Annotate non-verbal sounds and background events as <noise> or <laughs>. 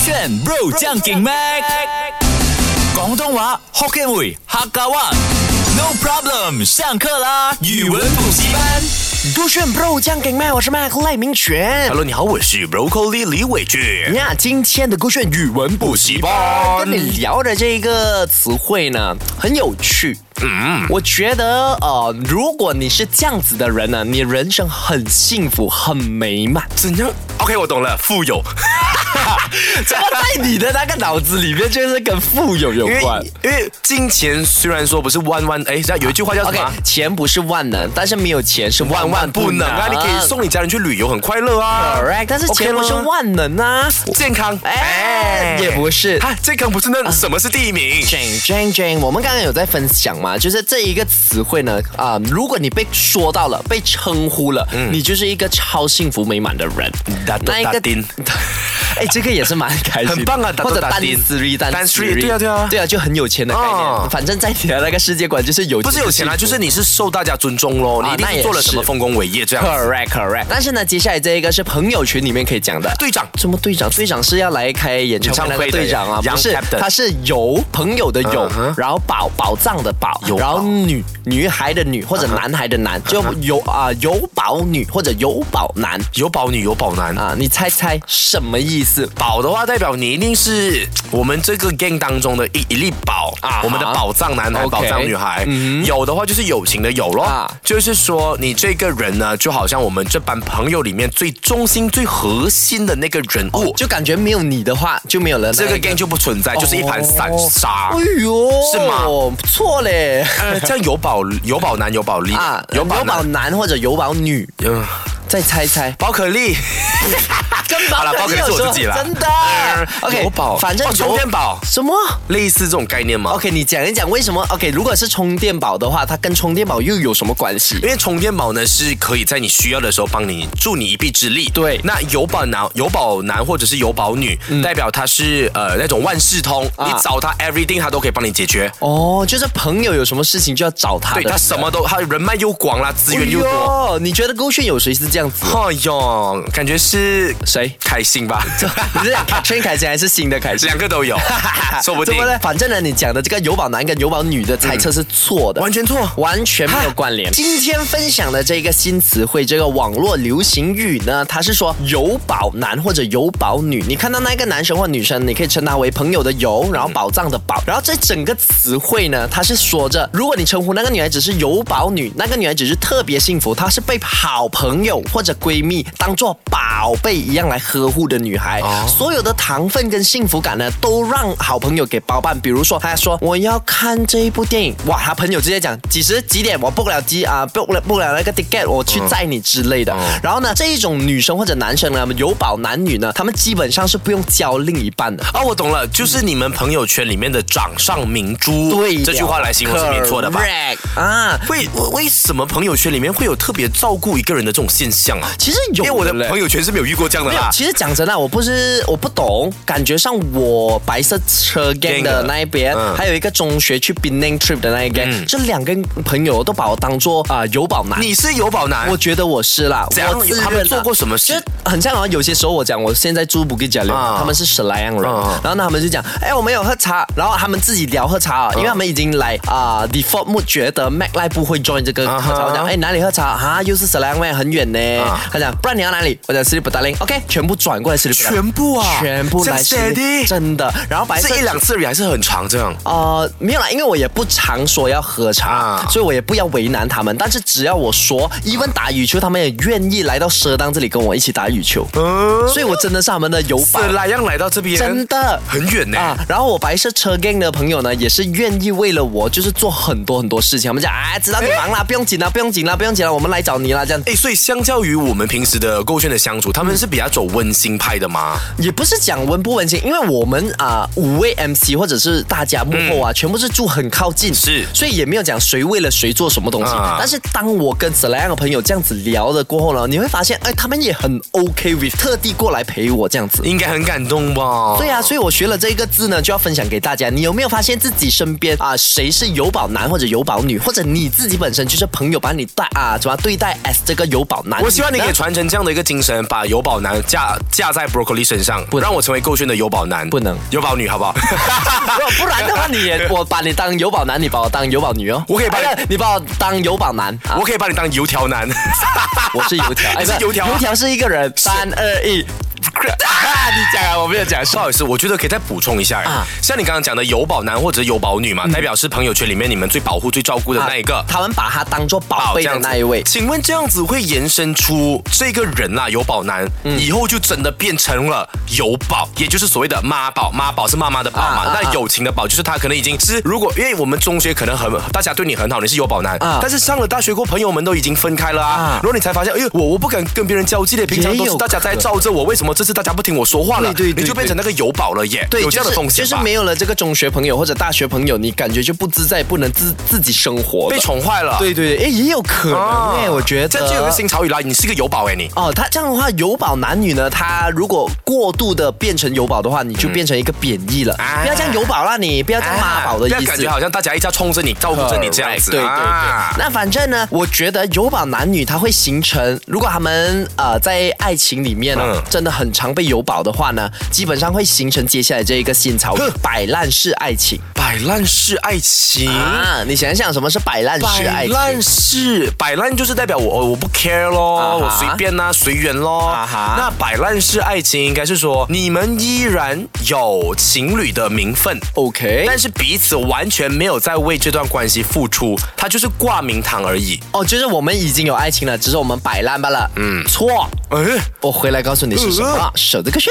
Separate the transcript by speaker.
Speaker 1: 选 bro 将劲 mac，广东话 Hokkien 语客家话。No problem，上课啦！语文补习班。
Speaker 2: 酷炫 bro 酱给麦，我是麦克赖明全。
Speaker 1: Hello，你好，我是 Broccoli 李伟俊。
Speaker 2: 呀，今天的酷炫语文补习班跟你聊的这个词汇呢，很有趣。嗯，我觉得呃，如果你是这样子的人呢，你人生很幸福，很
Speaker 1: <laughs>
Speaker 2: 美满。
Speaker 1: 怎样？OK，我懂了，富有。
Speaker 2: 怎么在你的那个脑子里面就是跟富有有
Speaker 1: 因为 <laughs>
Speaker 2: 关？
Speaker 1: 因为金钱虽然说不是万万哎，有一句话叫什
Speaker 2: OK，
Speaker 1: 么？
Speaker 2: 钱不是万能，但是没有钱是万
Speaker 1: 万
Speaker 2: 万
Speaker 1: 万
Speaker 2: 不
Speaker 1: 不
Speaker 2: 能
Speaker 1: 能啊！你可以送你家人去旅游，很快乐啊。
Speaker 2: Correct，但是
Speaker 1: OK
Speaker 2: 钱不是
Speaker 1: 吗
Speaker 2: 万能啊。
Speaker 1: 健康，
Speaker 2: 哎，也不是。
Speaker 1: 啊，健康不是那什么是第一名？
Speaker 2: Jane Jane Jane，我们刚刚有在分享嘛，就是这一个词汇呢，啊、如果你被说到了，被称呼了，
Speaker 1: 嗯
Speaker 2: 你就是一个超幸福美满的人。
Speaker 1: <laughs> 打打打丁，
Speaker 2: 哎，这个也是蛮开心的，
Speaker 1: 很棒啊打
Speaker 2: 或者
Speaker 1: 打
Speaker 2: 单
Speaker 1: 丁
Speaker 2: 思瑞，单
Speaker 1: 单
Speaker 2: 思
Speaker 1: 思瑞对啊对啊
Speaker 2: 对啊，就很有钱的概念。
Speaker 1: 哦
Speaker 2: 反正在你的那个世界观，就是有
Speaker 1: 不是有钱啊，
Speaker 2: 幸福啊
Speaker 1: 就是你是受大家尊重咯，你一定
Speaker 2: 那也
Speaker 1: 是做了什么
Speaker 2: 是
Speaker 1: 丰功伟业这样
Speaker 2: <laughs>
Speaker 1: 子。
Speaker 2: correct correct。但是呢，接下来这一个是朋友群里面可以讲的。
Speaker 1: 队长，
Speaker 2: 什么队长？队长是要来开演唱会那个队长啊，
Speaker 1: 演唱
Speaker 2: 不
Speaker 1: 会的
Speaker 2: 是
Speaker 1: Young，Captain
Speaker 2: 他是有朋友的有
Speaker 1: 嗯哼，
Speaker 2: 然后宝宝藏的宝
Speaker 1: 有，宝嗯
Speaker 2: 然后女女孩的女或者男孩的男，就有啊有宝女或者有宝男
Speaker 1: 有宝女有宝男，
Speaker 2: 啊，你猜猜什么意思？
Speaker 1: 宝的话代表你一定是我们这个 gang 当中的一一粒宝
Speaker 2: 啊哈啊
Speaker 1: 啊，我们的宝藏男孩、
Speaker 2: OK 嗯
Speaker 1: 宝藏女孩。有的话就是友情的友咯
Speaker 2: 啊，
Speaker 1: 就是说你这个人呢，就好像我们这班朋友里面最中心、最核心的那个人物，
Speaker 2: 哦就感觉没有你的话就没有了那
Speaker 1: 哦这
Speaker 2: 哦
Speaker 1: 个 gang 就不存在，就是一盘散沙。
Speaker 2: 哎呦，
Speaker 1: 是吗
Speaker 2: 不错
Speaker 1: <laughs>
Speaker 2: 嘞。
Speaker 1: 呃，这样有宝有宝男有宝力
Speaker 2: 啊，有
Speaker 1: 有
Speaker 2: 宝
Speaker 1: 宝男
Speaker 2: 男或者有宝女，
Speaker 1: 嗯
Speaker 2: 再猜猜。
Speaker 1: 宝可丽，
Speaker 2: 跟
Speaker 1: 好啦
Speaker 2: 宝
Speaker 1: 宝
Speaker 2: 可
Speaker 1: 可
Speaker 2: 丽
Speaker 1: 丽
Speaker 2: 有
Speaker 1: 是我
Speaker 2: 说
Speaker 1: 自己啦
Speaker 2: 真的
Speaker 1: 呃。
Speaker 2: OK，
Speaker 1: 有宝
Speaker 2: 反正
Speaker 1: 哦充
Speaker 2: 有哦
Speaker 1: 电宝
Speaker 2: 什么
Speaker 1: 类似这种概念吗？
Speaker 2: ？OK，你讲一讲为什么？OK，如果是充电宝的话，它跟充电宝又有什么关系？
Speaker 1: 因为充电宝呢是可以在你需要的时候帮你助你一臂之力。
Speaker 2: 对嗯
Speaker 1: 那有宝男、有宝男或者是有宝女，代表他是呃那种万事通，
Speaker 2: 啊
Speaker 1: 你找他 everything 他都可以帮你解决。
Speaker 2: 哦，就是朋友有什么事情就要找他的。
Speaker 1: 对他什么都，他人脉又广啦，资
Speaker 2: 哎
Speaker 1: 源又多。
Speaker 2: 呦，你觉得勾炫有谁是这
Speaker 1: <laughs>
Speaker 2: 样子？
Speaker 1: 哎呦，感觉是
Speaker 2: 谁？
Speaker 1: 开心
Speaker 2: <laughs>
Speaker 1: 吧？
Speaker 2: 你是讲凯旋凯旋还是新的凯旋？
Speaker 1: 两个
Speaker 2: <laughs>
Speaker 1: 都有， <laughs> 说不
Speaker 2: 怎
Speaker 1: 定
Speaker 2: 么呢？反正呢，你讲的这个有宝男跟有宝女的猜测是错的，
Speaker 1: 完全错。
Speaker 2: 完全没有关联。今天分享的这个新词汇，这个网络流行语呢，它是说有宝男或者有宝女。你看到那个男生或女生，你可以称他为朋友的友，然后宝藏的宝。然后这整个词汇呢，它是说着，如果你称呼那个女孩子是有宝女，那个女孩子是特别幸福，她是被好朋友或者闺蜜当做宝贝一样来呵护的女孩。
Speaker 1: 哦
Speaker 2: 所有的糖分跟幸福感呢，都让好朋友给包办。比如说，他说我要看这一部电影，哇，他朋友直接讲几时几点我 book 了机啊，book 了 book 了那个 ticket，我去载你之类
Speaker 1: 嗯
Speaker 2: 的。然后呢，这一种女生或者男生呢，有宝男女呢，他们基本上是不用教另一半的。
Speaker 1: 哦，我懂了，就是你们朋友圈里面的掌上明珠。
Speaker 2: 对，
Speaker 1: 这句话来形容是没错的吧？
Speaker 2: ？Correct 啊，
Speaker 1: 为为为什么朋友圈里面会有特别照顾一个人的这种现象啊？
Speaker 2: 其实有
Speaker 1: 因为我的
Speaker 2: 嘞
Speaker 1: 朋友圈是没有遇过这样的
Speaker 2: 没有
Speaker 1: 啦，。
Speaker 2: 其实讲真的，我不是我不懂，感觉上我白色车 gang
Speaker 1: Gang
Speaker 2: 的
Speaker 1: 的
Speaker 2: 那一边，
Speaker 1: 嗯
Speaker 2: 还有一个中学去 Penang trip 的那一 gang，、
Speaker 1: 嗯
Speaker 2: 这两个朋友都把我当做啊、有宝男。
Speaker 1: 你是有宝男，
Speaker 2: 我觉得我是啦，
Speaker 1: 怎样
Speaker 2: 我自认啊
Speaker 1: 他们做过什么事
Speaker 2: 就很像啊。有些时候我讲我现在住不给家里，
Speaker 1: 啊
Speaker 2: 他们是史莱昂人，
Speaker 1: 啊
Speaker 2: 然后呢他们就讲，哎，我们有喝茶，然后他们自己聊喝茶啊，因为他们已经来啊 default mood 觉得 Mac 来不会 join 这个
Speaker 1: 啊
Speaker 2: 喝
Speaker 1: 哈
Speaker 2: 茶，我讲哎哪里喝茶啊，又是史莱昂妹很远呢
Speaker 1: 啊，
Speaker 2: 他讲不然你要哪里，我讲斯里普达林，OK，全部转过来斯里普达林，
Speaker 1: 全部啊
Speaker 2: 全部来
Speaker 1: 这样
Speaker 2: 斯里
Speaker 1: steady
Speaker 2: 真的，然后白色
Speaker 1: 是一两次而已，还是很长这样。
Speaker 2: 呃，没有啦，因为我也不常说要喝茶，
Speaker 1: 啊
Speaker 2: 所以我也不要为难他们。但是只要我说，一问打羽球，他们也愿意来到蛇当这里跟我一起打羽球，
Speaker 1: 嗯，
Speaker 2: 所以我真的是他们的友宝，
Speaker 1: 是啦，样来到这边，
Speaker 2: 真的。
Speaker 1: 很远呢、
Speaker 2: 啊，然后我白色车 gang 的朋友呢，也是愿意为了我，就是做很多很多事情。他们讲，哎，知道你忙啦，不用紧啦，不用紧啦，不用紧啦，我们来找你啦，这样
Speaker 1: 哎，所以相较于我们平时的勾圈的相处，他们是比较走温馨派的吗？
Speaker 2: 也不是讲文不文青，因为我们啊、五位 MC 或者是大家幕后啊，全部是住很靠近，
Speaker 1: 嗯是
Speaker 2: 所以也没有讲谁为了谁做什么东西。
Speaker 1: 啊
Speaker 2: 但是当我跟 s l a 的朋友这样子聊了过后呢，你会发现，哎，他们也很 OK with，特地过来陪我这样子。
Speaker 1: 应该很感动吧？
Speaker 2: 对啊，所以我学了这个字呢，就要分享给大家。你有没有发现自己身边啊、谁是有宝男或者有宝女，或者你自己本身就是朋友把你带啊，怎么对待 as 这个有宝男？
Speaker 1: 我希望你
Speaker 2: 呢
Speaker 1: 可以传承这样的一个精神，把有宝男架架在 broccoli 身上，不让我成为够炫的有宝男，
Speaker 2: 不能
Speaker 1: 有宝女，好不 <laughs> 好？
Speaker 2: <laughs> 不然的话你也，我把你当油宝男，你把我当油宝女哦。
Speaker 1: 我可以把你
Speaker 2: 哎呀你把我当油宝男
Speaker 1: <laughs>
Speaker 2: 啊
Speaker 1: 我，可以把你当油条男。 <laughs>
Speaker 2: 我是油条，哎
Speaker 1: 你是
Speaker 2: 不
Speaker 1: 油条啊
Speaker 2: 油条是一个人，三二一，
Speaker 1: <laughs> 啊，你讲啊，我没有讲。不好意思，我觉得可以再补充一下，
Speaker 2: 啊
Speaker 1: 像你刚刚讲的有宝男或者有宝女嘛，代表是朋友圈里面你们最保护、最照顾的那一个。
Speaker 2: 啊他们把他当做宝贝
Speaker 1: 这
Speaker 2: 的
Speaker 1: 样子
Speaker 2: 那一位。
Speaker 1: 请问这样子会延伸出这个人啊，有宝男、
Speaker 2: 嗯
Speaker 1: 以后就真的变成了有宝，也就是所谓的妈宝。妈宝是妈妈的宝嘛，
Speaker 2: 啊啊
Speaker 1: 那友情的宝就是他可能已经是如果因为我们中学可能很大家对你很好，你是有宝男，
Speaker 2: 啊
Speaker 1: 但是上了大学过，朋友们都已经分开了啊，
Speaker 2: 啊
Speaker 1: 然后你才发现，哎呦，我我不敢跟别人交际的，平常都
Speaker 2: 也
Speaker 1: 是
Speaker 2: 有
Speaker 1: 大家在
Speaker 2: 可能
Speaker 1: 罩着我，为什么这次大家不听我说话了？
Speaker 2: 对对对
Speaker 1: 你就变成那个有宝了耶，
Speaker 2: 对，
Speaker 1: 有这样的风险
Speaker 2: 就是，
Speaker 1: 吧
Speaker 2: 就是没有了这个中学朋友或者大学朋友，你感觉就不自在，不能自自己生活了
Speaker 1: 被宠坏了，
Speaker 2: 对对对，哎，也有可能哎、
Speaker 1: 啊
Speaker 2: 我觉得。
Speaker 1: 这样就有个新潮语啦，你是个有宝哎你。
Speaker 2: 哦，他这样的话，有宝男女呢，他如果过度的变成有宝的话，你
Speaker 1: 嗯
Speaker 2: 就变成一个贬义了。
Speaker 1: 啊
Speaker 2: 不要这样有宝啦你，不要这
Speaker 1: 哎
Speaker 2: 样妈宝的
Speaker 1: 不
Speaker 2: 意
Speaker 1: 要啊感
Speaker 2: 思啊
Speaker 1: 觉。好像大家一直要冲着你、照顾着你这样子。
Speaker 2: 哦对对对。
Speaker 1: 啊
Speaker 2: 那反正呢，我觉得有宝男女他会形成，如果他们呃在爱情里面呢、啊
Speaker 1: 嗯
Speaker 2: 真的很常被有宝的话呢，基本上会形成接下来这一个新潮
Speaker 1: 哼
Speaker 2: 摆烂式爱情。
Speaker 1: 摆烂式爱情。
Speaker 2: 啊，你想想什么是摆烂式爱
Speaker 1: 嗯摆
Speaker 2: 情？
Speaker 1: 烂式，摆烂就是代表我哦我不 care 咯，
Speaker 2: 啊哈
Speaker 1: 我随便啦、随缘咯。
Speaker 2: 啊哈
Speaker 1: 那摆烂式爱情应该是说你们依然有情侣的名分。
Speaker 2: OK，
Speaker 1: 但是彼此完全没有在为这段关系付出，它就是挂名堂而已。
Speaker 2: 哦，就是我们已经有爱情了，只是我们摆烂罢了。嗯，错。
Speaker 1: 嗯、
Speaker 2: 我回来告诉你是什么
Speaker 1: 呃，
Speaker 2: 守这个炫。